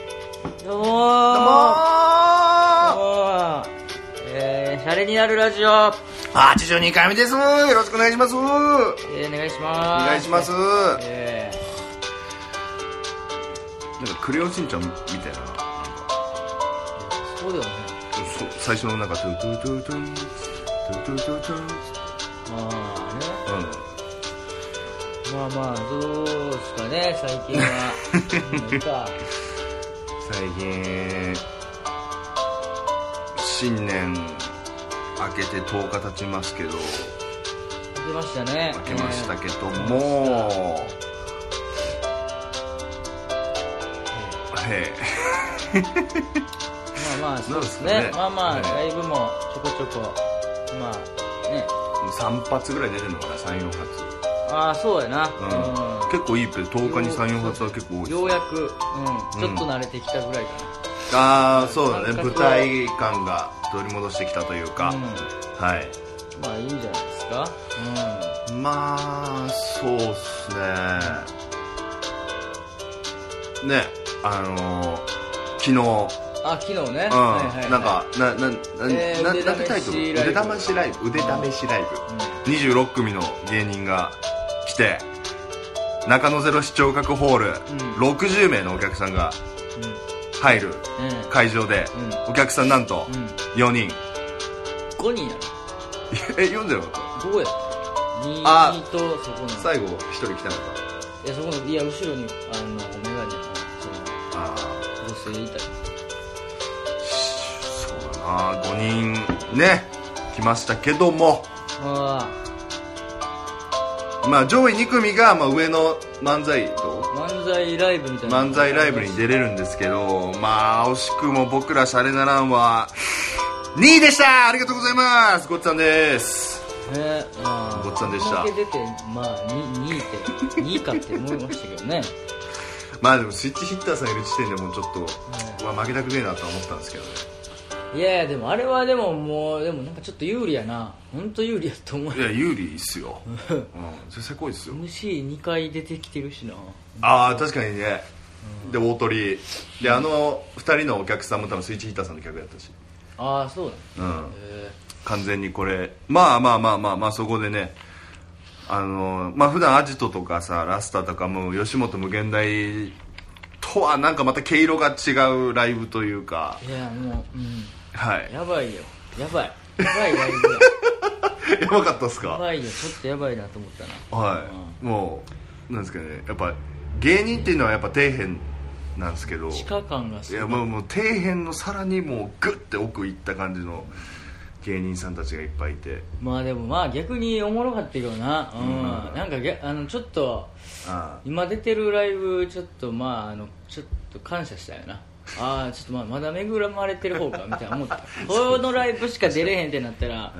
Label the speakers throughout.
Speaker 1: おーお
Speaker 2: どうもー
Speaker 1: ーえー、シャレになるラジオ、
Speaker 2: 82回目ですよろしくお願いしますお
Speaker 1: えー、お願いしますお
Speaker 2: 願いしますなんか
Speaker 1: え
Speaker 2: クレヨンしんちゃんみたいな
Speaker 1: ー、そうだよね
Speaker 2: そう最初のなんかトゥトゥトゥトゥントゥトゥトゥトゥン
Speaker 1: まあねまあまあどうですかね最近 はなんか
Speaker 2: 最近新年明けて10日経ちますけど
Speaker 1: 明けましたね
Speaker 2: 明けましたけど
Speaker 1: えー
Speaker 2: もへ
Speaker 1: まあまあそうです
Speaker 2: なん
Speaker 1: ね
Speaker 2: ですかね
Speaker 1: まあまあ
Speaker 2: ね
Speaker 1: ライブもちょこちょこまあね
Speaker 2: え3発ぐらい出てるのかな34発
Speaker 1: ああそうやな、
Speaker 2: うん
Speaker 1: うん
Speaker 2: 結構いいペース10日に34発は結構多いです
Speaker 1: ようやく、うん、ち
Speaker 2: う
Speaker 1: ょ
Speaker 2: ん
Speaker 1: っと慣れてきたぐらいか
Speaker 2: ああそうだね
Speaker 1: 感
Speaker 2: 舞
Speaker 1: 覚は
Speaker 2: 台感が取り戻してきたという
Speaker 1: な、
Speaker 2: か、はい
Speaker 1: うん、まあいいんじゃないですか、
Speaker 2: まあそうっすねねあのー昨日、うん
Speaker 1: うん、あ昨日ね、はいはいはい
Speaker 2: なんか、な、な、な、
Speaker 1: えー
Speaker 2: な、
Speaker 1: 腕試し
Speaker 2: なんてタイトル
Speaker 1: ライブ
Speaker 2: 腕試しライブ。腕試しライ
Speaker 1: うん
Speaker 2: ブ。26組の芸人が来て、中野ゼロ視聴覚ホール、60名のお客さんが
Speaker 1: うん
Speaker 2: 入る
Speaker 1: うん
Speaker 2: 会場で、お客さんなんと
Speaker 1: うんうん
Speaker 2: 4人。
Speaker 1: 5人やろ
Speaker 2: え、読んでなかった
Speaker 1: 5やった
Speaker 2: あ
Speaker 1: 2とそこの
Speaker 2: 最後一人来たのか
Speaker 1: いやそこのいや後ろにあのメガネのその
Speaker 2: ああ
Speaker 1: 女性いたり
Speaker 2: そうだな5人ね来ましたけども
Speaker 1: ま
Speaker 2: まあ上位2組が、まあ、上の漫才
Speaker 1: あ
Speaker 2: と
Speaker 1: 漫才ライブみたいな
Speaker 2: 漫才ライブに出れるんですけどまあ惜しくも僕らシャレならんは2位でしたありがとうございますごっつぁんです
Speaker 1: ねまあ
Speaker 2: ごっつぁんでした
Speaker 1: こんだけ出てまあ 2, 位って2位かって思いましたけどね
Speaker 2: まあでもスイッチヒッターさんいる時点でもうちょっと、うわ負けたくねえなとは思ったんですけどね
Speaker 1: いやいやでもあれはでももうでもなんかちょっと有利やな本当有利やと思う
Speaker 2: いや有利っす よ、うん、それせこいっすよ
Speaker 1: MC2 回出てきてるしな
Speaker 2: ああ確かにね、で大鳥であの2人のお客さんも多分スイッチヒッターさんの客だったし、
Speaker 1: ああそうだ
Speaker 2: うん、
Speaker 1: え
Speaker 2: 完全にこれまあまあまあまあまあそこでねあのまあ普段アジトとかさラスタとかもう吉本無限大とはなんかまた毛色が違うライブというか
Speaker 1: ーいやもううん
Speaker 2: はい
Speaker 1: やばいよやばいやばいライブや
Speaker 2: やばかったっす
Speaker 1: や
Speaker 2: か
Speaker 1: ばいよちょっとやばいなと思ったな
Speaker 2: はいもうなんですかねやっぱ芸人っていうのはやっぱ底辺なんですけど
Speaker 1: 地下感が
Speaker 2: い
Speaker 1: す
Speaker 2: や
Speaker 1: ごい
Speaker 2: もうもう底辺のさらにもうグッて奥行った感じの芸人さんたちがいっぱいいて
Speaker 1: まあでもまあ逆におもろかったけどなうん、なんかげあのちょっと
Speaker 2: あ
Speaker 1: 今出てるライブちょっとまああのちょっと感謝した よなああちょっとまあまだ恵まれてる方かみたいな思ったこのライブしか出れへんってなったら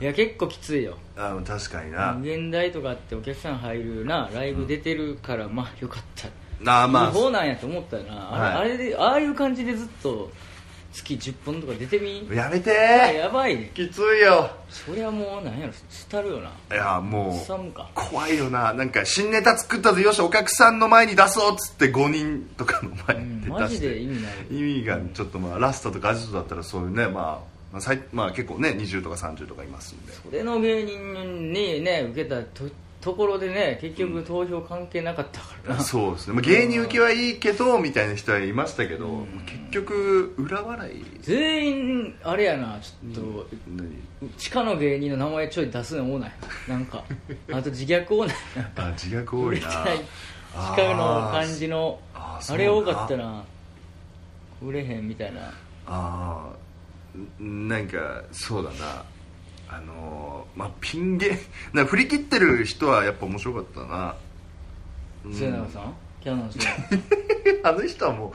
Speaker 2: う
Speaker 1: いや結構きついよ
Speaker 2: ああの確かにな
Speaker 1: 無限大とかあってお客さん入るなライブ出てるから、まあよかった
Speaker 2: ああま
Speaker 1: いい方なんやと思ったよなあれ,、
Speaker 2: はい
Speaker 1: あれでああいう感じでずっと月10本とか出てみ
Speaker 2: あやめ
Speaker 1: あ
Speaker 2: て
Speaker 1: やばいね
Speaker 2: きついよ
Speaker 1: そりゃもうなんやろ伝るよない
Speaker 2: やも
Speaker 1: スタ
Speaker 2: う
Speaker 1: ムか
Speaker 2: 怖いよななんか新ネタ作ったぞよしお客さんの前に出そうっつって5人とかの前
Speaker 1: うん
Speaker 2: で
Speaker 1: マ
Speaker 2: 出
Speaker 1: ジ
Speaker 2: して
Speaker 1: で意味ない
Speaker 2: 意味がちょっとまあラストとかアジトだったらそういうねまあまあ最まあ結構ね20とか30とかいますんで
Speaker 1: それの芸人にね受けたとところでね結局投票関係なかった からな、
Speaker 2: そうですね、まあ、芸人受けはいいけどみたいな人はいましたけど、結局裏笑い
Speaker 1: 全員あれやなちょっと、
Speaker 2: 何
Speaker 1: 地下の芸人の名前ちょい出すの多ないなんかあと自虐多ない
Speaker 2: あ自虐多
Speaker 1: 売れ
Speaker 2: い
Speaker 1: て
Speaker 2: な
Speaker 1: ない
Speaker 2: あ
Speaker 1: 地下の感じ
Speaker 2: ー
Speaker 1: の
Speaker 2: あ
Speaker 1: あ
Speaker 2: ーそう
Speaker 1: れ多かったな売れへんみたいな
Speaker 2: あーんなんかそうだなあのーまあピン芸 なんか振り切ってる人はやっぱ面白かったな
Speaker 1: 末永さんキャノンさん
Speaker 2: あの人はもう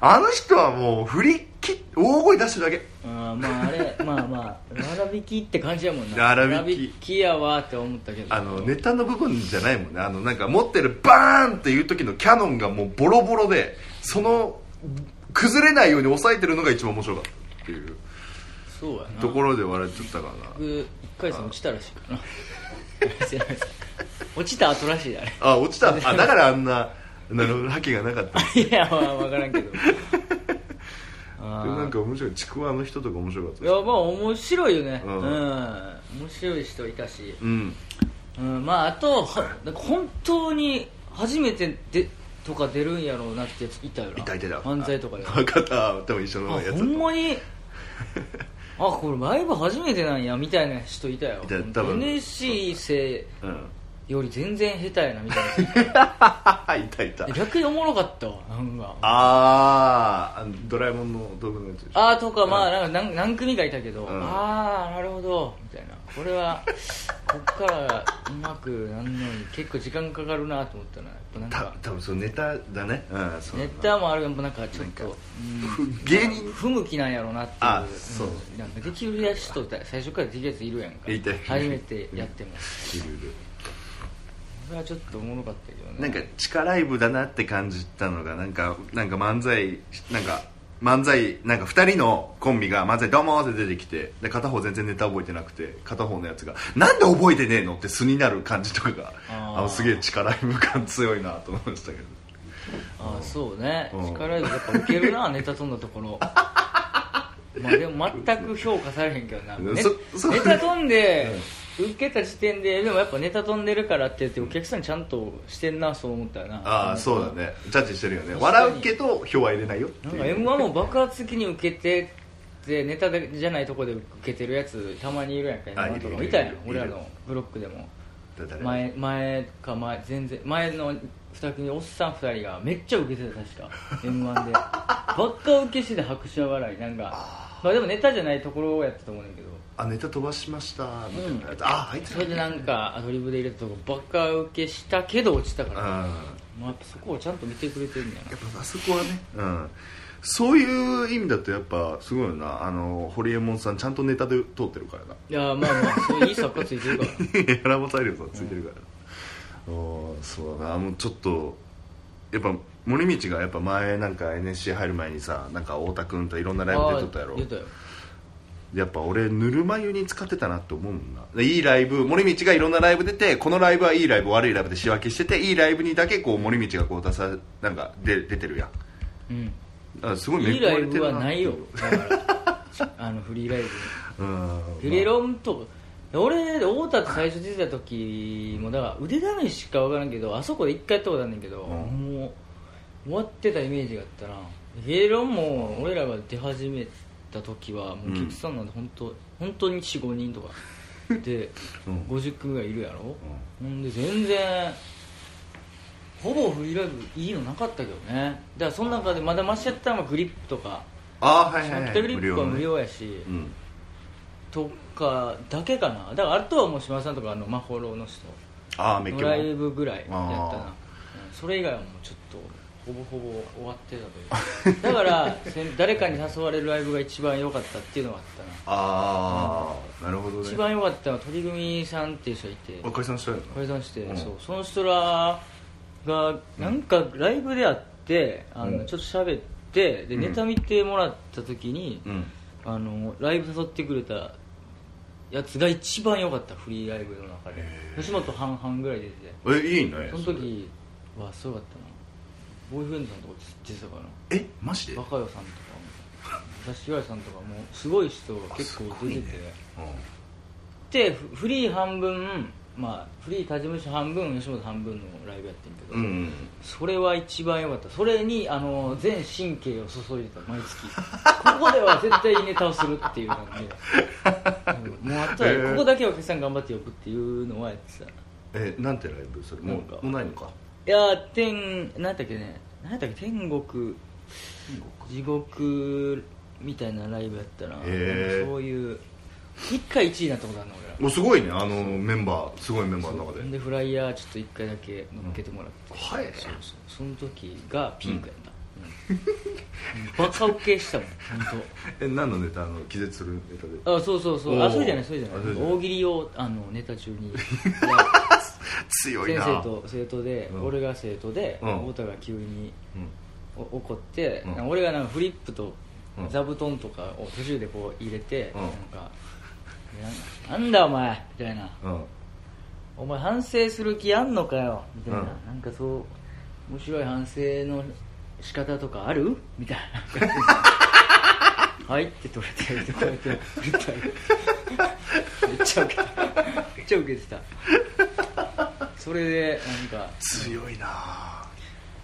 Speaker 2: あの人はもう振り切っ大声出してるだけ
Speaker 1: あーまああれまあまあ粗引きって感じやもんな
Speaker 2: わらびき
Speaker 1: わらきやわって思ったけど
Speaker 2: あのネタの部分じゃないもんねあのなんか持ってるバーンっていう時のキャノンがもうボロボロでその崩れないように抑えてるのが一番面白かったっていう
Speaker 1: そうやな
Speaker 2: ところで笑っちゃったか
Speaker 1: 僕1回戦落ちたらしいから な末永さん落ちた後らしいだね
Speaker 2: なあ落ちたあだからあんななるほど覇気がなかった
Speaker 1: いやまあ分からんけどあー
Speaker 2: でもなんか面白いちくわの人とか面白かった
Speaker 1: い
Speaker 2: です
Speaker 1: やまあ面白いよね
Speaker 2: う
Speaker 1: うんん、面白い人いたし、
Speaker 2: うん
Speaker 1: うん、まああとはなんか本当に初めてでとか出るんやろうなってやついたよない
Speaker 2: たいたいた
Speaker 1: 犯罪とかで
Speaker 2: 分かった多分一緒のやつだ
Speaker 1: あ
Speaker 2: と
Speaker 1: ほんまに あこれライブ初めてなんやみたいな人いたよ
Speaker 2: いた
Speaker 1: 本
Speaker 2: 多
Speaker 1: 当
Speaker 2: 分
Speaker 1: NSC 生
Speaker 2: うん
Speaker 1: より全然下手やなみたいな人いた
Speaker 2: いたい た
Speaker 1: 逆におもろかったわなんか
Speaker 2: あーあのドラえもんの道具のやつでしょ
Speaker 1: あーとかまあなんか何何組かいたけど、
Speaker 2: うん
Speaker 1: ああなるほどみたいなこれはこっからうまくなんのに結構時間かかるなと思ったなやっぱなん
Speaker 2: た
Speaker 1: か
Speaker 2: 多分そのネタだねうんそう
Speaker 1: ネタもあるけどなんかちょっとうん
Speaker 2: ふ芸人
Speaker 1: 不向きなんやろうなっていう
Speaker 2: あそう
Speaker 1: うんなんかできるやつと最初からできるやついるやんか
Speaker 2: いたいる
Speaker 1: 初めてやっても
Speaker 2: いるいる
Speaker 1: それはちょっとおもろかったけどね
Speaker 2: なんか地下ライブだなって感じたのがなんかなんか漫才なんか漫才なんか2人のコンビが漫才「どうも」って出てきてで片方全然ネタ覚えてなくて片方のやつが「なんで覚えてねえの?」って素になる感じとかが
Speaker 1: あ
Speaker 2: あ
Speaker 1: ー
Speaker 2: のすげえ地下ライブ感強いなと思いましたけど
Speaker 1: ああそうね
Speaker 2: うん
Speaker 1: 力やっぱウケる なネタ飛んだところまあでも全く評価されへんけどな、ね
Speaker 2: そそ
Speaker 1: ネタ飛んで受けた時点ででもやっぱネタ飛んでるからって言ってお客さんちゃんとしてんなそう思ったよな
Speaker 2: ああそうだ
Speaker 1: ね
Speaker 2: ねジャッジしてるよね
Speaker 1: 確かに
Speaker 2: 笑うけど票は入れないよって
Speaker 1: なん
Speaker 2: い
Speaker 1: か
Speaker 2: う
Speaker 1: m 1も爆発的に受けてでネタでじゃないとこで受けてるやつたまにいるやんか
Speaker 2: あ
Speaker 1: m 1とか
Speaker 2: いるいる
Speaker 1: もいたや
Speaker 2: い
Speaker 1: ん
Speaker 2: る
Speaker 1: 俺らのブロックでも
Speaker 2: 誰
Speaker 1: 前前か前全然前の2組おっさん2人がめっちゃ受けてた確か m 1でばっか受けして拍手笑いなんかまあでもネタじゃないところをやったと思うねんだけど
Speaker 2: あネタ飛ばしましたみたいなやつ、
Speaker 1: うん
Speaker 2: ああいつ
Speaker 1: それでなんかアドリブで入れたとこばっか受けしたけど落ちたから
Speaker 2: うん
Speaker 1: まあ、やっぱそこをちゃんと見てくれてるんだよ
Speaker 2: やっぱあそこはね、うん、そういう意味だとやっぱすごいよなあの堀エモ門さんちゃんとネタで通ってるからな
Speaker 1: な。いや、まあまあ、そういういい作家ついてるから。
Speaker 2: やらもさえりょうさんついてるから、おーそうだなもうちょっとやっぱ森道がやっぱ前なんか NSC 入る前にさなんか太田君といろんなライブ出とったやろ
Speaker 1: あー出たよ。
Speaker 2: やっぱ俺ぬるま湯に使ってたなって思うもんなでいいライブ森道がいろんなライブ出てこのライブはいいライブ悪いライブで仕分けしてていいライブにだけこう森道がこう出さなんかで出てるやん
Speaker 1: うん。
Speaker 2: だからすごい
Speaker 1: いいライブは
Speaker 2: って
Speaker 1: ないよ。だから、あの、フリーライブ。
Speaker 2: うん
Speaker 1: フリーロンと、俺、太田と最初出てた時も、だから腕試しかわからんけど、あそこで一回やったことあんねんけど、
Speaker 2: うん
Speaker 1: もう、終わってたイメージがあったな。フリーロンも、俺らが出始めた時は、もうお客さんなんて本当、本当に4、5人とか。で、
Speaker 2: うん
Speaker 1: 50組ぐらいいるやろ、ほんで全然ほぼフリーライブいいのなかったけどねだからその中でまだマシやったのはグリップとか
Speaker 2: ああーはい
Speaker 1: シ
Speaker 2: はい
Speaker 1: ャ
Speaker 2: は
Speaker 1: クタ
Speaker 2: い
Speaker 1: グリップは無
Speaker 2: ね
Speaker 1: 料やし
Speaker 2: うん
Speaker 1: とかだけかなだからあとはもう島田さんとかあのマホロの人
Speaker 2: ああめっ
Speaker 1: の
Speaker 2: き
Speaker 1: ライ
Speaker 2: も
Speaker 1: ブぐらいやったな
Speaker 2: あ
Speaker 1: うんそれ以外はもうちょっとほぼほぼ終わってたというかだからせん誰かに誘われるライブが一番良かったっていうのがあったな
Speaker 2: ああなるほど
Speaker 1: 一
Speaker 2: ね
Speaker 1: 番良かったのは鳥組さんっていう人がいて
Speaker 2: あ解散したよな
Speaker 1: 解散して、
Speaker 2: うん
Speaker 1: そうその人らがなんかライブであって、あ
Speaker 2: う
Speaker 1: の
Speaker 2: ん
Speaker 1: ちょっと喋ってで
Speaker 2: うん
Speaker 1: ネタ見てもらった時に、
Speaker 2: うん
Speaker 1: あのライブ誘ってくれたやつが一番良かったフリーライブの中で
Speaker 2: へー
Speaker 1: 吉本半々ぐらい出てて
Speaker 2: えいいね
Speaker 1: その時はすごかったなボーイフレンドさんとか出てたか
Speaker 2: それえマジで
Speaker 1: な若代さんとかも指原さんとかもすごい人が結構出てて、でフフリー半分まあフリー他事務所半分吉本半分のライブやってんけど、
Speaker 2: うんうん
Speaker 1: それは一番良かったそれにあの全神経を注いでた毎月ここでは絶対にネタをするっていうのでうんもうあとは
Speaker 2: えー
Speaker 1: ここだけはお客さん頑張って呼ぶっていうのはやってたい
Speaker 2: えなんてライブそれもう
Speaker 1: なんか
Speaker 2: もうないのか
Speaker 1: やー天何だっけね何だっけ天国地獄みたいなライブやったな,、
Speaker 2: へー
Speaker 1: そういう一回1位になったことあるの俺ら
Speaker 2: もうすごいねあのメンバーすごいメンバーの中
Speaker 1: そう
Speaker 2: で
Speaker 1: フライヤーちょっと一回だけ乗っけてもらって、
Speaker 2: はい
Speaker 1: そうそうその時がピークやった、うんバカウケしたもん本
Speaker 2: え何のネタあの気絶するネタで
Speaker 1: 当。あそうそうそ
Speaker 2: お
Speaker 1: う
Speaker 2: ー
Speaker 1: あそうじゃないそうじゃ
Speaker 2: あ
Speaker 1: な
Speaker 2: そう
Speaker 1: い
Speaker 2: じゃない
Speaker 1: 大喜利をあのネタ中 にで
Speaker 2: 強い
Speaker 1: 先
Speaker 2: な
Speaker 1: 生と生徒で、
Speaker 2: うん
Speaker 1: 俺が生徒で、
Speaker 2: うん
Speaker 1: 太田が急に
Speaker 2: うん
Speaker 1: お怒って、
Speaker 2: うん
Speaker 1: なんか俺がなんかフリップと
Speaker 2: うん
Speaker 1: 座布団とかを途中でこう入れて、
Speaker 2: うん
Speaker 1: なんか「なんだお前」みたいな
Speaker 2: うん
Speaker 1: お前反省する気あんのかよみたいな、
Speaker 2: うん
Speaker 1: なんかそう面白い反省の仕方とかあるみたいなはいって取れてるこうやって振ったりめっちゃウケためっちゃウケてたそれでなんか
Speaker 2: 強いなあ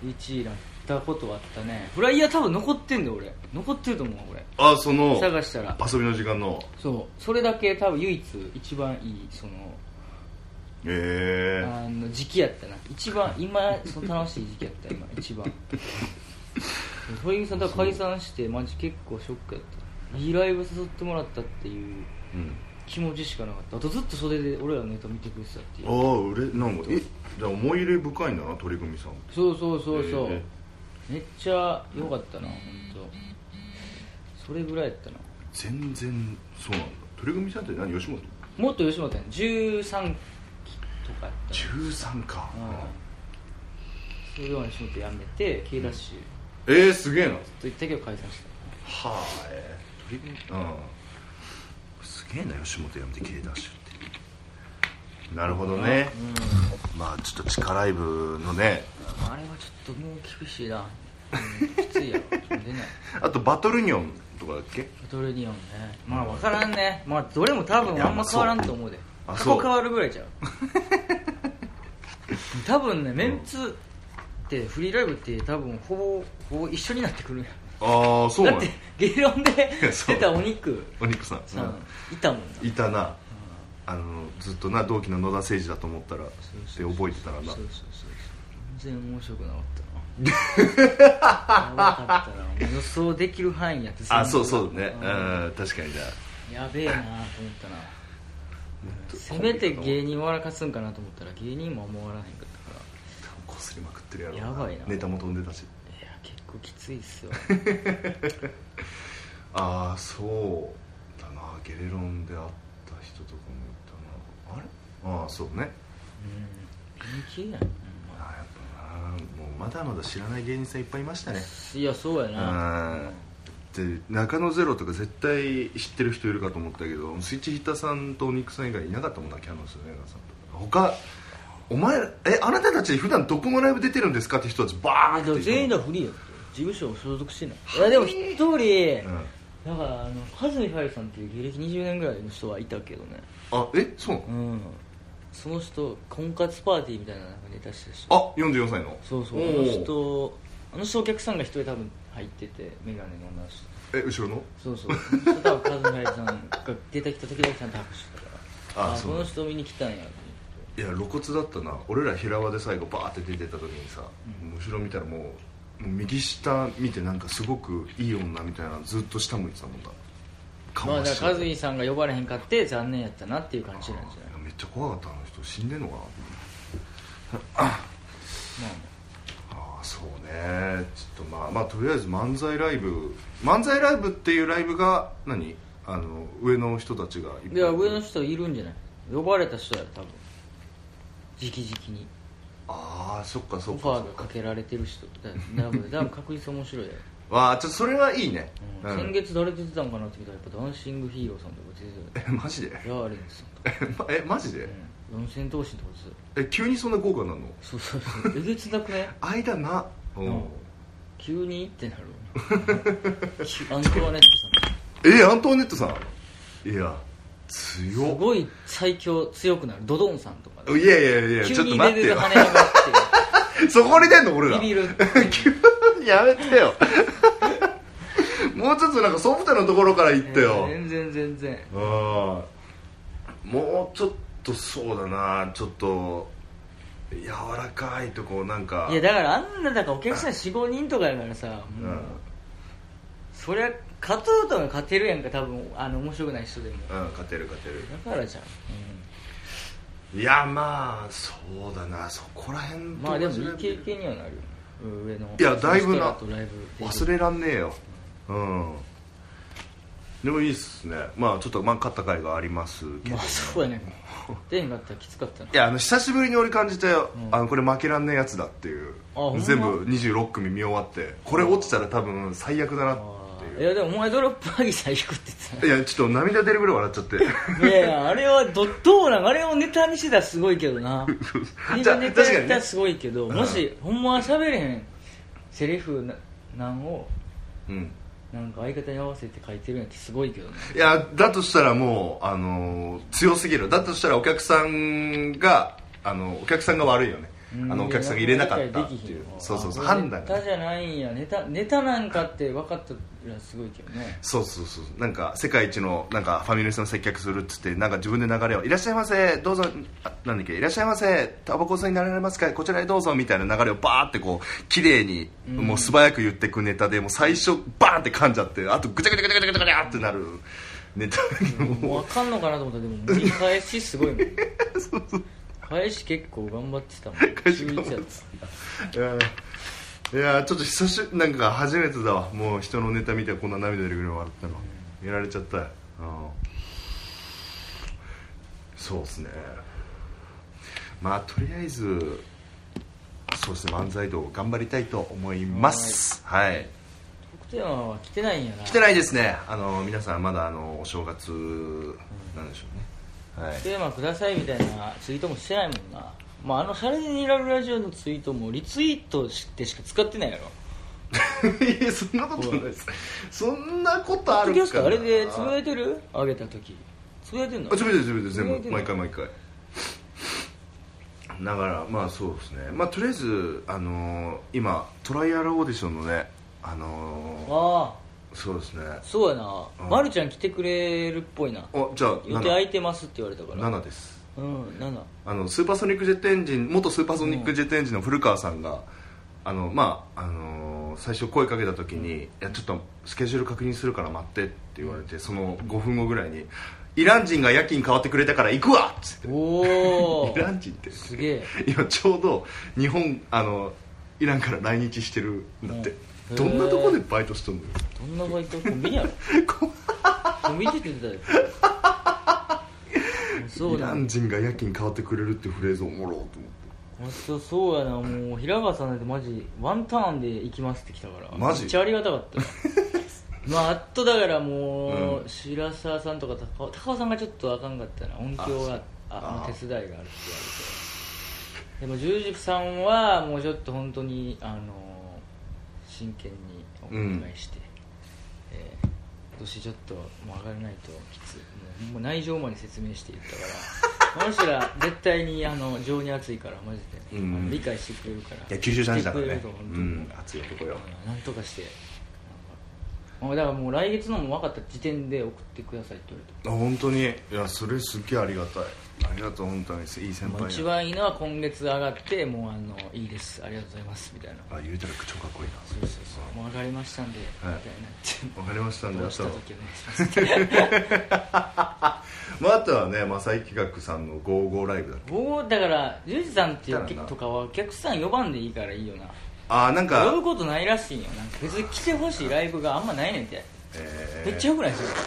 Speaker 1: 1位だったことはあったねフライヤー多分残ってんだよ俺残ってると思う俺
Speaker 2: あその
Speaker 1: 探したら
Speaker 2: 遊びの時間の
Speaker 1: そうそれだけ多分唯一一番いいその
Speaker 2: へえ
Speaker 1: あの時期やったな一番今その楽しい時期やった今一番鳥海さんとは解散してマジ結構ショックやったいいライブ誘ってもらったっていう
Speaker 2: うん
Speaker 1: 気持ちしかなかったあとずっと袖で俺らのネタ見てくれてたってい
Speaker 2: あ
Speaker 1: う
Speaker 2: あ俺なんかえじゃあ思い入れ深いんだな鳥組さん
Speaker 1: そうそうそうそう、
Speaker 2: え
Speaker 1: めっちゃ良かったな本当。それぐらいやったな
Speaker 2: 全然そうなんだ鳥組さんって何吉本
Speaker 1: もっと吉本やん13期とかやったな
Speaker 2: 13か
Speaker 1: それでは吉本辞めて K ダッシュ
Speaker 2: えー、すげえなは
Speaker 1: と言ったけど解散した
Speaker 2: あえー鳥組うんすげえな吉本やめて K ダッシュってなるほどね、まあちょっと地下ライブのね
Speaker 1: あれはちょっともう厳しいな、うん、きついやろ出ない
Speaker 2: あとバトルニョンとかだっけ
Speaker 1: バトルニオンねまあ分からんねまあどれも多分あんま変わらんと思うで
Speaker 2: あ
Speaker 1: 過
Speaker 2: そう
Speaker 1: 去変わるぐらいちゃ う多分ねメンツってフリーライブって多分ほぼほぼ一緒になってくるんや
Speaker 2: ああそう
Speaker 1: だ
Speaker 2: な
Speaker 1: っ
Speaker 2: ん
Speaker 1: て
Speaker 2: や
Speaker 1: ゲロンで
Speaker 2: そう
Speaker 1: 出たお肉
Speaker 2: お肉さん
Speaker 1: さ、いたもんな
Speaker 2: うんいたなあのずっとな同期の野田誠二だと思ったらって覚えてたらな
Speaker 1: そうそうそうそう全然面白くなか ったなやばかったな予想できる範囲やって
Speaker 2: あそうそうねうん確かにじゃあ
Speaker 1: やべえなと思ったなせめて芸人笑かすんかなと思ったら芸人もあんま笑わへんかったか
Speaker 2: こすりまくってるやろ
Speaker 1: やばいな
Speaker 2: ネタも飛んでたし
Speaker 1: らいや結構きついっすよ
Speaker 2: ああそうだなゲレロンで会った人とかもいたなあれああそうね
Speaker 1: うん人気やんほん
Speaker 2: あ
Speaker 1: ま
Speaker 2: あやっぱなもうまだまだ知らない芸人さんいっぱいいましたね
Speaker 1: いやそうやな
Speaker 2: あで中野ゼロとか絶対知ってる人いるかと思ったけどスイッチヒッターさんとお肉さん以外いなかったもんなキャノンスの映画さんとか他お前らえあなたたち普段どこのライブ出てるんですかって人たちバーン
Speaker 1: あ
Speaker 2: っ
Speaker 1: でも
Speaker 2: て
Speaker 1: 全員
Speaker 2: だ、
Speaker 1: がフリーやって事務所所属してないいやでも一人
Speaker 2: う
Speaker 1: だ
Speaker 2: ん、
Speaker 1: からあのはずみファイルさんっていう芸歴20年ぐらいの人はいたけどね
Speaker 2: あえそうなの
Speaker 1: うんその人婚活パーティーみたいななんかネタしてたし
Speaker 2: あ44歳の
Speaker 1: そうそ
Speaker 2: お
Speaker 1: うあ
Speaker 2: ー
Speaker 1: の人あの人お客さんが一人多分入ってて眼鏡の女の人
Speaker 2: え後ろの
Speaker 1: そうそうその人多分カズハイさんが出てきた時だけちゃんと拍手してたから
Speaker 2: あ
Speaker 1: あ
Speaker 2: そう
Speaker 1: この人見に来たんやと思って
Speaker 2: いや露骨だったな俺ら平輪で最後バーって出てた時にさ、後ろ見たらもうもう右下見てなんかすごくいい女みたいなのずっと下向いてたもんだ
Speaker 1: まあ
Speaker 2: 出
Speaker 1: だ
Speaker 2: し
Speaker 1: からカズイさんが呼ばれへんかって残念やったなっていう感じなんじゃない
Speaker 2: めっちゃ怖かったあの人死んでんのかな
Speaker 1: まあ
Speaker 2: ああそうねちょっとまあまあとりあえず漫才ライブ漫才ライブっていうライブが何あの上の人たちがい
Speaker 1: ま
Speaker 2: っぱ
Speaker 1: あ
Speaker 2: い
Speaker 1: いや上の人いるんじゃない呼ばれた人や多分直々に
Speaker 2: ああそっかそ
Speaker 1: オ
Speaker 2: っか
Speaker 1: ファーがかけられてる人だ多分多分確実面白いやろ
Speaker 2: わあちょっとそれはいいね、
Speaker 1: うん 先月誰出てたんかなって見たらやっぱダンシングヒーローさんとか出て
Speaker 2: えマジで
Speaker 1: たよヤーレンズさんとか、
Speaker 2: えマジで
Speaker 1: うん、四千頭身とかです
Speaker 2: え急にそんな豪華なの
Speaker 1: そうそうそうえげつなくね
Speaker 2: 間なうん
Speaker 1: うん急にってなる アントワネットさん
Speaker 2: えアントワネットさんいや
Speaker 1: す
Speaker 2: 強
Speaker 1: ごい最強強くなるドドンさんとかね
Speaker 2: っいやいやいやち
Speaker 1: 急
Speaker 2: ょっと
Speaker 1: にレ
Speaker 2: 待っ
Speaker 1: ベル
Speaker 2: てよ
Speaker 1: が跳ね上がっ
Speaker 2: そこに出んの俺ら
Speaker 1: てビビる
Speaker 2: やめてよ もうちょっとなんかソフトのところから行ってよ、
Speaker 1: 全然全然
Speaker 2: ああもうちょっとそうだなちょっと柔らかいとこなんか
Speaker 1: いやだからあんなだからお客さん45人とかやからさ
Speaker 2: う
Speaker 1: もうんそりゃ勝とうとが勝てるやんか多分あの面白くない人でも
Speaker 2: うん、勝てる勝てる
Speaker 1: だからじゃん、
Speaker 2: いやまあそうだなそこら辺
Speaker 1: うん
Speaker 2: と
Speaker 1: まあでも
Speaker 2: 同じ
Speaker 1: い
Speaker 2: レ
Speaker 1: い経
Speaker 2: ベル
Speaker 1: 験にはなるよ上の
Speaker 2: いやだいぶ
Speaker 1: レスト
Speaker 2: な
Speaker 1: ランとライブ
Speaker 2: 忘れらんねえようんでもいいっすねまあちょっとまあ勝った回がありますけど、
Speaker 1: まあそうやね出へんかったらきつかったない
Speaker 2: やあの久しぶりに俺感じたよ、
Speaker 1: うん
Speaker 2: あのこれ負けらんねえやつだっていう
Speaker 1: あほんま
Speaker 2: 全部26組見終わってこれ落ちたら多分最悪だなっていう
Speaker 1: いやでもお前ドロップアギさん引くって言って
Speaker 2: いやちょっと涙出るぐらい笑っちゃ って
Speaker 1: たいやいやあれはどどうなんあれをネタにしてたらすごいけどなネ
Speaker 2: じゃ
Speaker 1: タ
Speaker 2: あ
Speaker 1: にし
Speaker 2: 確
Speaker 1: て
Speaker 2: かに
Speaker 1: た
Speaker 2: ね
Speaker 1: らすごいけどもしほんまは喋れへんセリフななんを
Speaker 2: うん
Speaker 1: なんか相方に合わせて書いてるなんてすごいけどね
Speaker 2: いやだとしたらもうあのー強すぎるだとしたらお客さんがあのお客さんが悪いよね
Speaker 1: うん
Speaker 2: あのお客さんが入れなかったっていう
Speaker 1: 理解できひんわ
Speaker 2: そうそうそう
Speaker 1: あこれ
Speaker 2: 判断
Speaker 1: ネ
Speaker 2: が
Speaker 1: タじゃないんやネタネタなんかって分かったらすごいけど ね
Speaker 2: そうそうそうなんか世界一のなんかファミレスの接客するっつってなんか自分で流れを「いらっしゃいませどうぞあなんだっけいらっしゃいませタバコ吸いになられますかこちらへどうぞ」みたいな流れをバーってこう綺麗にもう素早く言ってくネタでもう最初バーンって噛んじゃってあとぐちゃぐちゃぐちゃぐちゃぐちゃぐちゃってなるネタ
Speaker 1: もう分かんのかなと思ったらでも無理返しす ごいもん返し結構頑張ってたもん
Speaker 2: 返し頑張って
Speaker 1: 中一や
Speaker 2: いやいやちょっと久しぶりなんか初めてだわもう人のネタ見てこんな涙出るぐらい笑ったのやられちゃったようんそうっすねまあとりあえずそうですね漫才道頑張りたいと思いますはい、
Speaker 1: 得点は来てないんやな
Speaker 2: 来てないですねあの皆さんまだあのお正月なんでしょうねはい
Speaker 1: テーマくださいみたいなツイートもしてないもんな、まあ、あのシャレでニラルラジオのツイートもリツイートしてしか使ってないやろ
Speaker 2: いやそんなことないですそんなことあ
Speaker 1: ポッド
Speaker 2: る
Speaker 1: キ
Speaker 2: か
Speaker 1: ャス
Speaker 2: な
Speaker 1: トあれでつぶやいてる上げた時つぶやいてんの
Speaker 2: あ全部です全部です全
Speaker 1: 全
Speaker 2: 部
Speaker 1: 部
Speaker 2: 毎回毎回だからまあそうですねまあとりあえずあのー今トライアルオーディションのねあの
Speaker 1: あ
Speaker 2: ーそうですね
Speaker 1: あそうやな、
Speaker 2: うん
Speaker 1: まるちゃん来てくれるっぽいな
Speaker 2: あじゃあ
Speaker 1: 予定空いてますって言われたから
Speaker 2: 7です
Speaker 1: うん7
Speaker 2: あのスーパーソニックジェットエンジン元スーパーソニックジェットエンジンの古川さんが、あのまああのー最初声かけた時に「いやちょっとスケジュール確認するから待って」って言われてその5分後ぐらいに「イラン人が夜勤変わってくれたから行くわ!」っつって
Speaker 1: おお
Speaker 2: イラン人って
Speaker 1: すげえ
Speaker 2: 今ちょうど日本あのイランから来日してるんだって、
Speaker 1: うん
Speaker 2: どんなとこでバイトしとんのよ
Speaker 1: どんなバイトコンビ ニやろ
Speaker 2: こ
Speaker 1: コンビニって言ってたよそう
Speaker 2: イ
Speaker 1: な
Speaker 2: ラ
Speaker 1: ん
Speaker 2: ン人が夜勤変わってくれるってフレーズおもろうと思って
Speaker 1: 本当そうやなもう平川さんなんてマジワンターンで行きますって来たから
Speaker 2: マジ
Speaker 1: めっちゃありがたかった まああとだからもう、白沢さんとか高尾高尾さんがちょっとあかんかったな音響があ
Speaker 2: あ
Speaker 1: あの手伝いがあるって言われてでも十字さんはもうちょっと本当にあの真剣にお願いして、えー今年ちょっともう上がらないときついもうもう内情まで説明して言ったから この人ら絶対にあの情に熱いからマジで、
Speaker 2: うん
Speaker 1: あの理解してくれるから
Speaker 2: いや九州男子だから
Speaker 1: 来
Speaker 2: ね
Speaker 1: てくれると本
Speaker 2: う
Speaker 1: 当にもうん
Speaker 2: 熱い男よ
Speaker 1: なんとかしてもうだからもう来月のも分かった時点で送ってくださいって言われて
Speaker 2: あ本当にいやそれすっげえありがたいありがとう本当にいい先
Speaker 1: まあ一
Speaker 2: 輩や
Speaker 1: 番いいのは今月上がってもうあのいいですありがとうございますみたいな
Speaker 2: あ言うたら口調かっこいいな
Speaker 1: そうそうそうもう上がりましたんで、
Speaker 2: はい
Speaker 1: みたいなって
Speaker 2: わかりましたんで
Speaker 1: ど
Speaker 2: 明
Speaker 1: う
Speaker 2: 日
Speaker 1: した
Speaker 2: は
Speaker 1: 時お願いします
Speaker 2: まああとはね正井企画さんの「ゴーゴーライブ」だっけ
Speaker 1: 僕だからジュージさんっていう
Speaker 2: 来たらな
Speaker 1: とかはお客さん呼ばんでいいからいいよな
Speaker 2: ああなんか
Speaker 1: 呼ぶことないらしいんよなんか別に来てほしいライブがあんまないねんて
Speaker 2: えー
Speaker 1: めっちゃよくないですか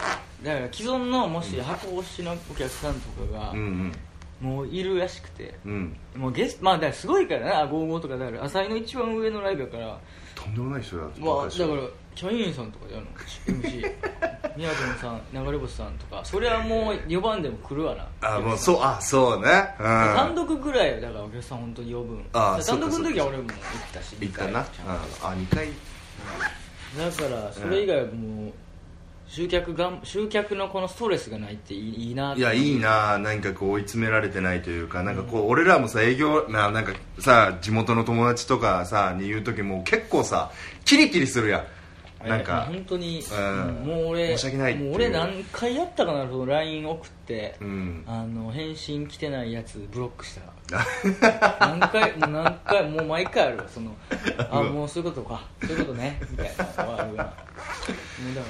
Speaker 1: だから既存のもし箱推しのお客さんとかが
Speaker 2: うん
Speaker 1: もういるらしくて
Speaker 2: うんうん
Speaker 1: もうゲストまあだからすごいからな55とかだから浅井の一番上のライブやから
Speaker 2: とんでもない人だ
Speaker 1: まあだ
Speaker 2: 昔
Speaker 1: か
Speaker 2: は
Speaker 1: らキャインさんとかやる の MC 宮野さん流れ星さんとかそれはもう4番でも来るわな
Speaker 2: あもうそうあそうねうん
Speaker 1: 単独ぐらいよだからお客さん本当に呼ぶん
Speaker 2: ああ
Speaker 1: 単独
Speaker 2: そ
Speaker 1: の
Speaker 2: うかそう
Speaker 1: 時
Speaker 2: か
Speaker 1: は俺も行ったし
Speaker 2: 一回
Speaker 1: だ
Speaker 2: なうん
Speaker 1: か
Speaker 2: あ二回
Speaker 1: らそれ以外はもう集客がん集客のこのストレスがないっていいいいなって
Speaker 2: いやいいななんかこう追い詰められてないというかなんかこう俺らもさ営業ななんかさ地元の友達とかさに言う時も結構さキリキリするや
Speaker 1: あ
Speaker 2: ん
Speaker 1: れ
Speaker 2: なんか
Speaker 1: 本当に、
Speaker 2: うん
Speaker 1: もう俺
Speaker 2: 申し訳ないっていう
Speaker 1: もう俺何回やったかなその LINE 送って、
Speaker 2: うん
Speaker 1: あの返信来てないやつブロックした 何回もう何回もう毎回あるわ そのあもうそういうことかそういうことねみたいなのはあるわもうだか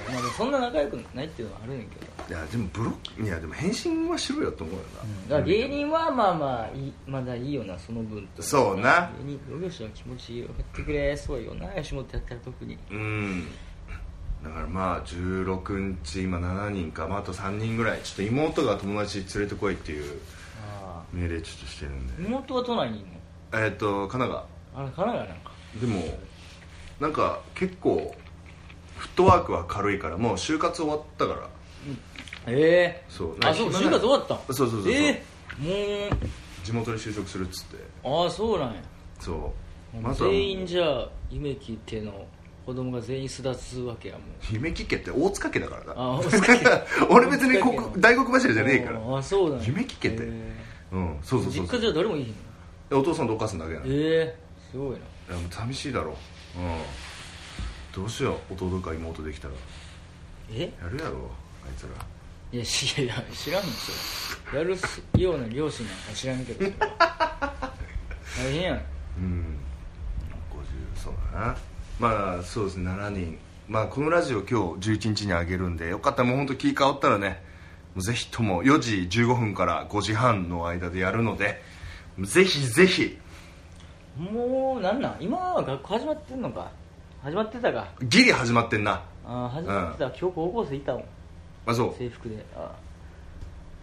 Speaker 1: ら、まあ、でもそんな仲良くないっていうのはあるねんけど、
Speaker 2: いやでもブロックいやでも返信はしろよと思うよ
Speaker 1: だから
Speaker 2: な
Speaker 1: 芸人はまあまあいいまだいいよなその分と
Speaker 2: そうな
Speaker 1: 芸人同業者の気持ち分かってくれそうよな吉本やったら特に
Speaker 2: うんだからまあ16日今7人か、まあ、あと3人ぐらいちょっと妹が友達連れてこいっていう
Speaker 1: ああ
Speaker 2: 命令ちょっとしてるんで
Speaker 1: 妹は都内にいる
Speaker 2: えっ、と神奈川
Speaker 1: のあれ神奈川なんか
Speaker 2: でもなんか結構フットワークは軽いからもう就活終わったから
Speaker 1: ええ
Speaker 2: そう
Speaker 1: あそう
Speaker 2: な
Speaker 1: 就活終わったん
Speaker 2: そうそうそうそう
Speaker 1: ええもう
Speaker 2: 地元に就職するっつって
Speaker 1: ああそうなんや
Speaker 2: そう
Speaker 1: 全員じゃあ夢聞いての子供が全員巣立つわけやもう
Speaker 2: 姫木家って大塚家だからな
Speaker 1: あ大塚家
Speaker 2: 俺別に
Speaker 1: 大塚
Speaker 2: こ
Speaker 1: 家
Speaker 2: 大黒柱じゃねえから
Speaker 1: あそうなんや
Speaker 2: 夢聞けて
Speaker 1: え
Speaker 2: うんそうそ
Speaker 1: ー
Speaker 2: うそう
Speaker 1: 実
Speaker 2: そ
Speaker 1: 家
Speaker 2: う
Speaker 1: じゃ誰もいいひんの
Speaker 2: お父さんとお母さんだけなのい
Speaker 1: ええすごいな
Speaker 2: やもう寂しいだろうんどうしよう弟か妹できたら
Speaker 1: え
Speaker 2: やるやろあいつら
Speaker 1: いやしいや知らんのそれやるすような両親なんか知らんけどそれは大変やん
Speaker 2: うん50そうだなまあそうですね7人まあこのラジオ今日11日にあげるんでよかったらもう本当気変わったらねもうぜひとも4時15分から5時半の間でやるのでぜひぜひ
Speaker 1: もうなんなん今は学校始まってんのか始まってたか
Speaker 2: ギリ始まってんな
Speaker 1: あー始まってた、今日高校生いたもん
Speaker 2: あそう
Speaker 1: 制服であ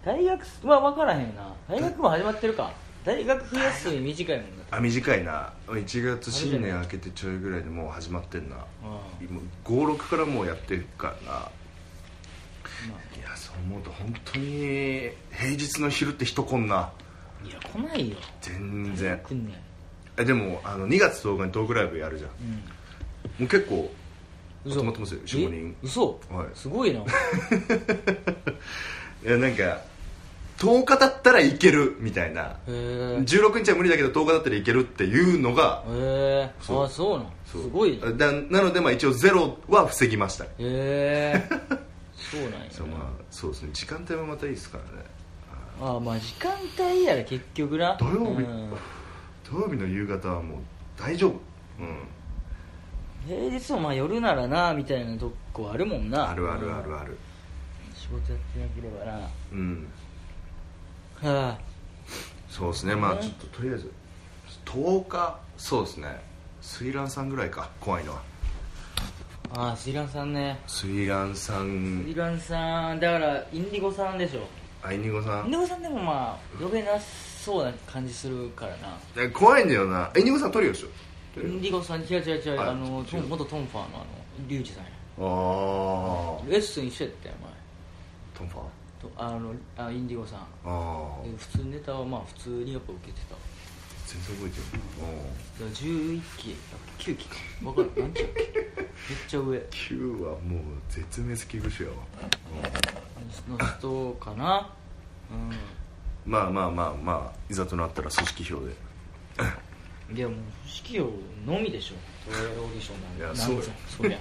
Speaker 1: ー大学は分からへんよな大学も始まってるか大学冬休み短いもんな
Speaker 2: あ短いな1月新年明けてちょいぐらいでもう始まってんな
Speaker 1: う
Speaker 2: 56からもうやってるからな
Speaker 1: ま
Speaker 2: いやそう思うと本当に平日の昼って人こんない
Speaker 1: や来ないよ
Speaker 2: 全然
Speaker 1: 来んねん
Speaker 2: えでもあの2月10日にトークライブやるじゃんも
Speaker 1: うん
Speaker 2: う結構
Speaker 1: 嘘
Speaker 2: 止まってますよ45人
Speaker 1: え嘘、
Speaker 2: はい
Speaker 1: すごいな
Speaker 2: いやなんか10日だったらいけるみたいな
Speaker 1: へ えへ
Speaker 2: 16日は無理だけど10日だったらいけるっていうのが
Speaker 1: え
Speaker 2: そう
Speaker 1: ああそうなんす
Speaker 2: そう
Speaker 1: ごいなへ
Speaker 2: だなのでまあ一応ゼロは防ぎましたね
Speaker 1: え そうなんや
Speaker 2: そう,、まあ、そうですね時間帯もまたいいですからね
Speaker 1: ああまあ時間帯やら結局な
Speaker 2: 土曜
Speaker 1: う
Speaker 2: 日
Speaker 1: ん
Speaker 2: 土曜日の夕方はもう大丈夫うん
Speaker 1: 平日もまあ夜ならなみたいなとこあるもんな
Speaker 2: あるあるあるあ
Speaker 1: る
Speaker 2: る
Speaker 1: 仕事やってなければなは
Speaker 2: うん
Speaker 1: あ
Speaker 2: そうですねまあ
Speaker 1: ね
Speaker 2: ちょっととりあえず10日そうですねスイランさんぐらいか怖いのは
Speaker 1: ああスイランさんね
Speaker 2: スイランさ
Speaker 1: スイ
Speaker 2: ん
Speaker 1: ランさんだからインディゴさんでしょ
Speaker 2: あいにごさ
Speaker 1: イン
Speaker 2: ん
Speaker 1: ディゴさんでもまあ呼べなそうな感じするからな
Speaker 2: え怖いんだよなえいにごさんトリオでしょ
Speaker 1: インディゴさん違う違う違う、
Speaker 2: はい
Speaker 1: あのトン
Speaker 2: 違う
Speaker 1: 元トンファーのあのリュウジさんや
Speaker 2: ああ
Speaker 1: レッスン一緒やったよ
Speaker 2: トンファー
Speaker 1: 前とあのあインディゴさん
Speaker 2: ああ
Speaker 1: で普通ネタはまあ普通にやっぱ受けてた
Speaker 2: 全然覚えてるうん
Speaker 1: だから11期あ9期か分からん何期やっけめっちゃ上
Speaker 2: 9はもう絶滅危惧種やわ
Speaker 1: の人かな
Speaker 2: まあまあまあまあいざとなったら組織票で
Speaker 1: うんいやもう指揮をのみでしょ俺オーディションなん
Speaker 2: い
Speaker 1: て
Speaker 2: やそうよ
Speaker 1: そりゃ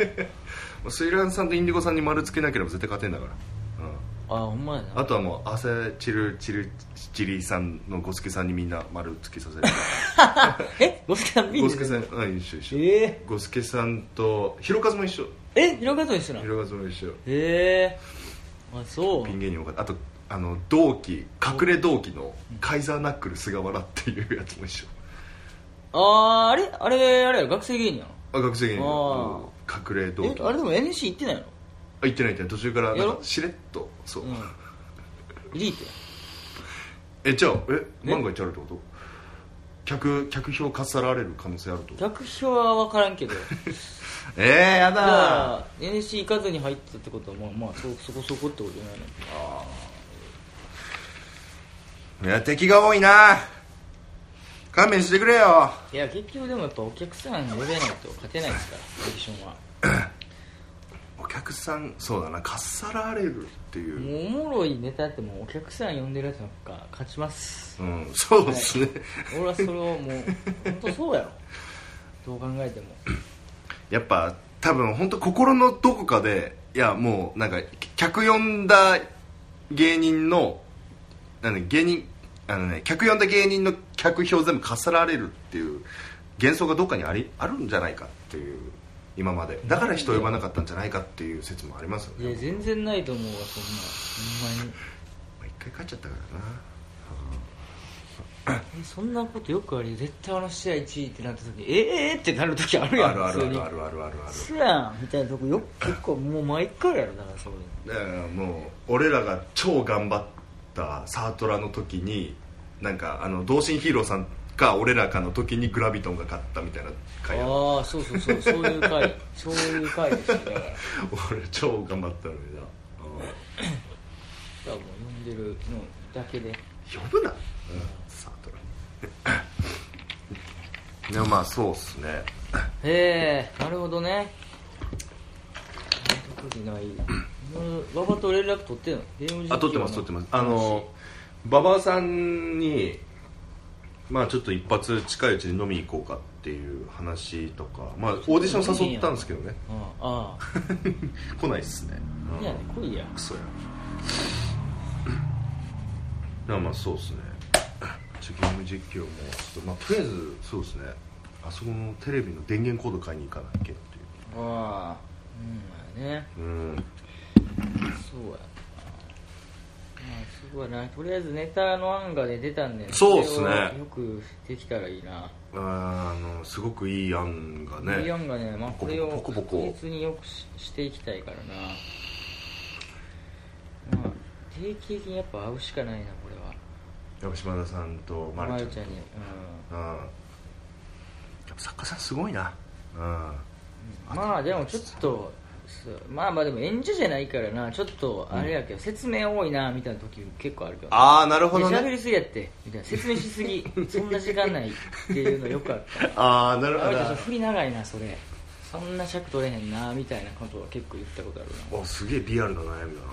Speaker 2: まあスイランさんとインディゴさんに丸つけなければ絶対勝てんだから、う
Speaker 1: あほんまや
Speaker 2: ん、
Speaker 1: な
Speaker 2: あとはもう汗チルチルチリさんのゴスケさんにみんな丸つ けさせる
Speaker 1: えゴスケさん見
Speaker 2: ゴ
Speaker 1: に
Speaker 2: ス
Speaker 1: 出
Speaker 2: ケ
Speaker 1: て
Speaker 2: さ
Speaker 1: る
Speaker 2: んうん一緒一緒、
Speaker 1: え
Speaker 2: ゴスケさんとヒロカズも一緒
Speaker 1: ー、え広がと一緒な
Speaker 2: ヒ
Speaker 1: の
Speaker 2: ロカズも一緒
Speaker 1: えー、あそう
Speaker 2: ピン芸人多かったあとあの同期隠れ同期のカイザーナックル菅原っていうやつも一緒
Speaker 1: あーあれあれあれやろ学生芸人や
Speaker 2: あ学生芸人
Speaker 1: あ
Speaker 2: のうん隠れ同
Speaker 1: ろえ
Speaker 2: 期
Speaker 1: あれでも NC 行ってないの
Speaker 2: あ行ってない行ってない途中からなん
Speaker 1: や
Speaker 2: か
Speaker 1: ろ
Speaker 2: しれっとそう、
Speaker 1: うんエリートや
Speaker 2: えじゃあえ万が一あるってこと客客票かっさられる可能性あるってこと
Speaker 1: 逆評は分からんけど
Speaker 2: えー、や
Speaker 1: だか
Speaker 2: だー
Speaker 1: ら NC 行かずに入ったってことはまあまあそそこそこってことじゃないの
Speaker 2: いや敵が多いな勘弁してくれよ
Speaker 1: いや結局でもやっぱお客さん呼べないと勝てないですからオーディションは
Speaker 2: お客さんそうだなかっさられるっていう
Speaker 1: もうおもろいネタってもうお客さん呼んでるやつなんか勝ちます
Speaker 2: うんそうですね、
Speaker 1: 俺はそれをもう本当そうやろどう考えても
Speaker 2: やっぱ多分本当心のどこかでいやもうなんか客呼んだ芸人のなんだ芸人あのね客呼んだ芸人の客票全部かっさられるっていう幻想がどっかにありあるんじゃないかっていう今までだから人呼ばなかったんじゃないかっていう説もありますよ
Speaker 1: いや
Speaker 2: ね
Speaker 1: 全然ないと思うわそんなほんまに
Speaker 2: まあ一回帰っちゃったからな
Speaker 1: えそんなことよくあるよ絶対あの試合1位ってなった時ええー、ってなる時あるやん
Speaker 2: あるある
Speaker 1: 普
Speaker 2: あ
Speaker 1: 通に
Speaker 2: るあるあるあるある
Speaker 1: そうやんみたいなとこよく結構もう毎回やろだからそういうの
Speaker 2: だからもう俺らが超頑張ったサートラの時になんかあの同心ヒーローさんか俺らかの時にグラビトンが勝ったみたいな回や
Speaker 1: ああそうそうそうそういう回そういう回ですよだからだか
Speaker 2: 俺超頑張ったのにな
Speaker 1: らもう呼んでるのだけで
Speaker 2: 呼ぶな、うん、サート ラでもまあそうっすね
Speaker 1: へえなるほどね時ない馬場と連絡取ってんのゲーム実況
Speaker 2: あ撮ってます撮ってますあの馬場さんにまあちょっと一発近いうちに飲みに行こうかっていう話とかまあオーディション誘ったんですけどね
Speaker 1: うんあ
Speaker 2: 来ないっすね、
Speaker 1: あいやね来いや
Speaker 2: クソやまあまあそうっすねちょゲーム実況もちょっとまあとりあえずそうですねあそこのテレビの電源コード買いに行かなきゃってい
Speaker 1: ああうんまあね
Speaker 2: ううん
Speaker 1: そうやなまあすごいなとりあえずネタの案がね出たんで
Speaker 2: そうっすね
Speaker 1: れをよくできたらいいな
Speaker 2: あのすごくいい案がね
Speaker 1: イオンがね、まあ、
Speaker 2: ボコボコ
Speaker 1: これを
Speaker 2: ボコボ
Speaker 1: 確
Speaker 2: コ
Speaker 1: 実によくししていきたいからな、まあ、定期的にやっぱ会うしかないなこれ
Speaker 2: やっぱ島田さんと
Speaker 1: は
Speaker 2: 丸
Speaker 1: ま
Speaker 2: ち
Speaker 1: る
Speaker 2: ゃん
Speaker 1: ちゃんに、うん、
Speaker 2: うんやっぱ作家さんすごいなうん
Speaker 1: まあでもちょっとそうまあまあでも演者じゃないからなちょっとあれやけど、説明多いなみたいな時結構あるけど
Speaker 2: ああなるほど
Speaker 1: いや喋
Speaker 2: ね
Speaker 1: りすぎやってみたいな説明しす ぎそんな時間ないっていうのよくあった
Speaker 2: あ あなる
Speaker 1: あ
Speaker 2: ほ
Speaker 1: れちょっと振り長いなそれそんな尺取れへんなみたいなことは結構言ったことあるな
Speaker 2: どあすげえリアルな悩みだな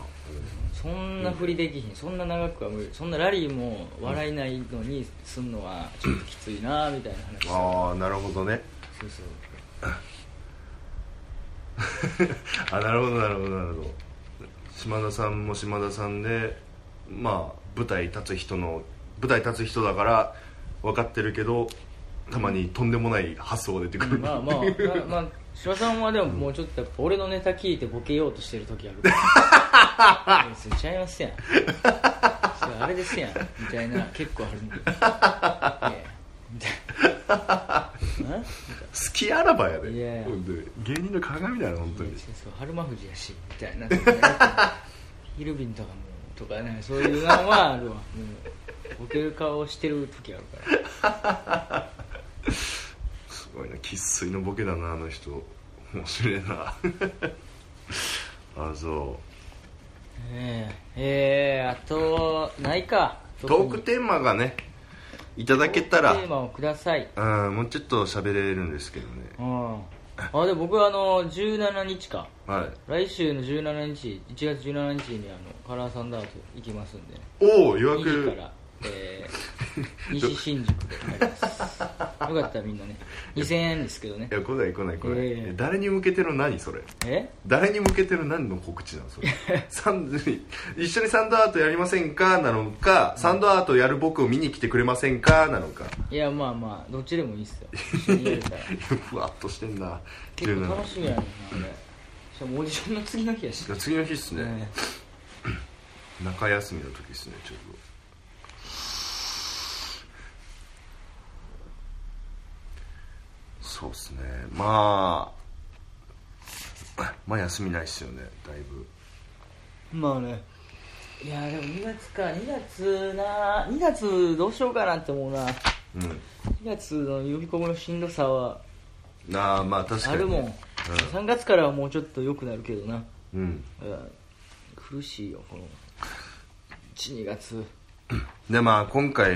Speaker 1: そんな振りできひんそんな長くは無理そんなラリーも笑えないのにすんのはちょっときついなみたいな話
Speaker 2: ああなるほどね
Speaker 1: そうそう
Speaker 2: あなるほどなるほどなるほど島田さんも島田さんでまあ舞台立つ人の舞台立つ人だから分かってるけどたまにとんでもない発想が出てくる、
Speaker 1: まあまあ、なまあ、柴さんはでももうちょっとやっぱ俺のネタ聞いてボケようとしてる時あるから「それちゃいますやん」それあれですやん」みたいな結構あるんで「いやみたいなん
Speaker 2: 好きあらばやで
Speaker 1: いや
Speaker 2: ほんとに芸人の鏡だよ本当に
Speaker 1: そう春馬富士やしみたいな ヒルビンとかもとかねそういうのはあるわもうボケる顔してる時あるから
Speaker 2: すごいな生粋のボケだなあの人面白いな あそ
Speaker 1: ええええあとないか
Speaker 2: うトークテーマがねいただけたら
Speaker 1: トークテーマをください
Speaker 2: うんもうちょっと喋れるんですけどね
Speaker 1: うんあで僕はあの17日か
Speaker 2: はい
Speaker 1: 来週の17日1月17日にあのカラーサンダーと行きますんで
Speaker 2: おお予
Speaker 1: 2時
Speaker 2: 約
Speaker 1: から、えー西新宿でやり ますよかったらみんなね2000円ですけどね
Speaker 2: いや来ない来ない来ない、
Speaker 1: いやいや
Speaker 2: 誰に向けての何それ
Speaker 1: え
Speaker 2: 誰に向けての何の告知な のそれサン一緒にサンドアートやりませんかなのかサンドアートやる僕を見に来てくれませんかなのか
Speaker 1: いやまあまあどっちでもいいっすよ一緒にやるから
Speaker 2: ふわっとしてんな
Speaker 1: 結構
Speaker 2: 17
Speaker 1: 楽しみやねんなあれしかもオーディションの次の日やし
Speaker 2: いや次の日っすね、
Speaker 1: ね
Speaker 2: 中休みの時ですねちょうどそうっすねまあまあ休みないっすよねだいぶ
Speaker 1: まあねいやでも2月か2月な2月どうしようかなって思うな2
Speaker 2: う
Speaker 1: 月の呼び込みのしんどさは
Speaker 2: んああまあ確か
Speaker 1: あ
Speaker 2: に
Speaker 1: るもん、
Speaker 2: う
Speaker 1: 3月からはもうちょっと良くなるけどな、
Speaker 2: うん
Speaker 1: うん苦しいよこの12月
Speaker 2: でまあ今回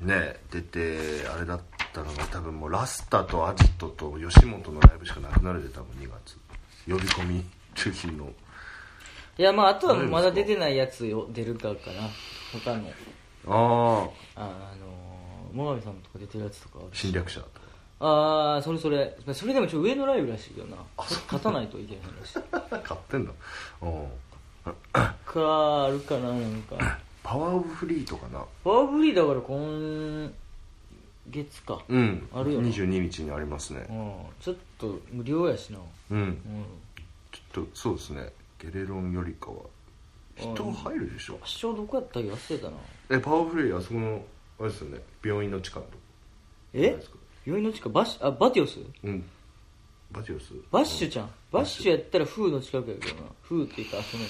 Speaker 2: ね出てあれだったのが多分もうラスタとアジトと吉本のライブしかなくなるで多分2月呼び込み中心の
Speaker 1: いやまああとはまだ出てないやつよ出るかかな他の
Speaker 2: ああ
Speaker 1: ああのー、最上さんとか出てるやつとかある
Speaker 2: 侵略者と
Speaker 1: ああそれそれそれでもちょ上のライブらしいけどな勝たないといけないらしい
Speaker 2: 買ってんだうん
Speaker 1: かあるかななんか
Speaker 2: パワーオブフリーとかな
Speaker 1: バーブリーだから今月かう、
Speaker 2: うんん
Speaker 1: あるよな
Speaker 2: 22日にありますね
Speaker 1: ちょっと無料やしな
Speaker 2: うん、
Speaker 1: うん
Speaker 2: ちょっとそうですねゲレロンよりかは人入るでしょ
Speaker 1: 発祥どこやったっけ忘れたな
Speaker 2: えパワーオブフリーあそこのあれですよね病院の地下のとこ
Speaker 1: え
Speaker 2: ですか
Speaker 1: 病院の近くバシあバティオス
Speaker 2: うんバティオス
Speaker 1: バッシュちゃんバッシュやったらフーの近くやけどなフーっていうかあその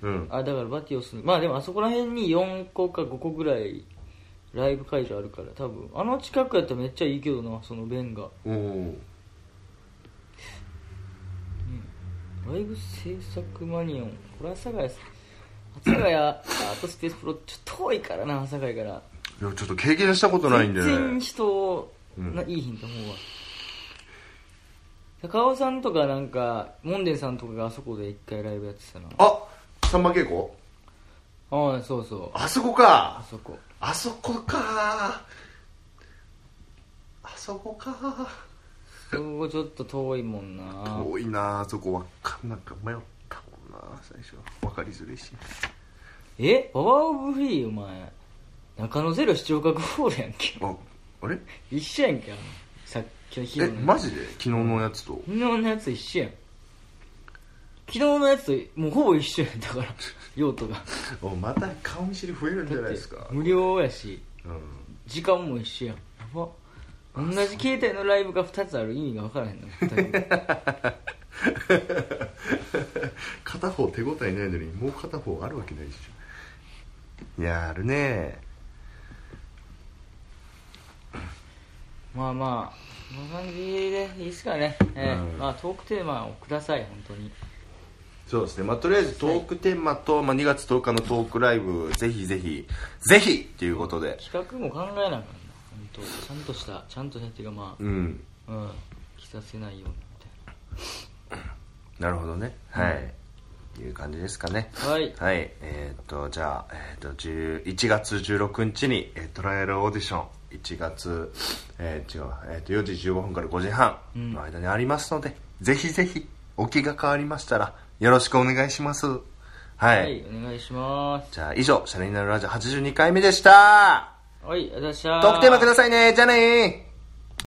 Speaker 2: うん
Speaker 1: あだからバティオスまあでもあそこら辺に4個か5個ぐらいライブ会場あるから多分あの近くやったらめっちゃいいけどなその弁が
Speaker 2: おお
Speaker 1: ライブ制作マニオンこれ阿佐ヶ谷さん阿佐ヶ谷アートスペースプロちょっと遠いからな阿佐ヶ谷から
Speaker 2: いやちょっと経験したことないんで
Speaker 1: 全然
Speaker 2: ね
Speaker 1: 人を、
Speaker 2: うん
Speaker 1: ないいヒント思うわ高尾さんとかなんか門ンさんとかがあそこで一回ライブやってたな
Speaker 2: あさんま稽古
Speaker 1: ああそうそう
Speaker 2: あそこ
Speaker 1: あ
Speaker 2: か
Speaker 1: そこ
Speaker 2: あそこかあそこか
Speaker 1: そこちょっと遠いもんな
Speaker 2: 遠いなあそこわかんなんか迷ったもんな最初わかりづらいし
Speaker 1: えパワーオブフリーお前中野ゼロ視聴覚ホールやんけ
Speaker 2: ああれ
Speaker 1: 一緒やんけあのさっきの日
Speaker 2: え
Speaker 1: の
Speaker 2: マジで昨日のやつと
Speaker 1: 昨日のやつ一緒やん昨日のやつともうほぼ一緒やんだ から用途が
Speaker 2: おまた顔見知り増えるんじゃないですか
Speaker 1: 無料やし
Speaker 2: うん
Speaker 1: 時間も一緒やんやば同じ携帯のライブが2つある意味が分からへんな2人
Speaker 2: 片方手応えないのにもう片方あるわけないでしょやるね
Speaker 1: まあまあこんな感じでいいっすかね、えー
Speaker 2: うん
Speaker 1: まあ、トークテーマをください本当に
Speaker 2: そうですね、まあ、とりあえずトークテーマと、まあ、2月10日のトークライブぜひぜひぜひっていうことで
Speaker 1: 企画も考えなあかんな本当ちゃんとしたちゃんとしたっていうかま
Speaker 2: うん
Speaker 1: あうん着させないようにみた
Speaker 2: なるほどねはい、いう感じですかね
Speaker 1: はい
Speaker 2: はいえーっとじゃあ、えーっと11月16日に、えートライアルオーディション1月、えー違うわ、えーっと4時15分から5時半の間にありますので、ぜひぜひお気が変わりましたらよろしくお願いしますはい、
Speaker 1: いなはいお願いします
Speaker 2: じゃあ以上「シャレになるラジオ」82回目でした
Speaker 1: はいありがとうございました
Speaker 2: トークテーマくださいねじゃあねー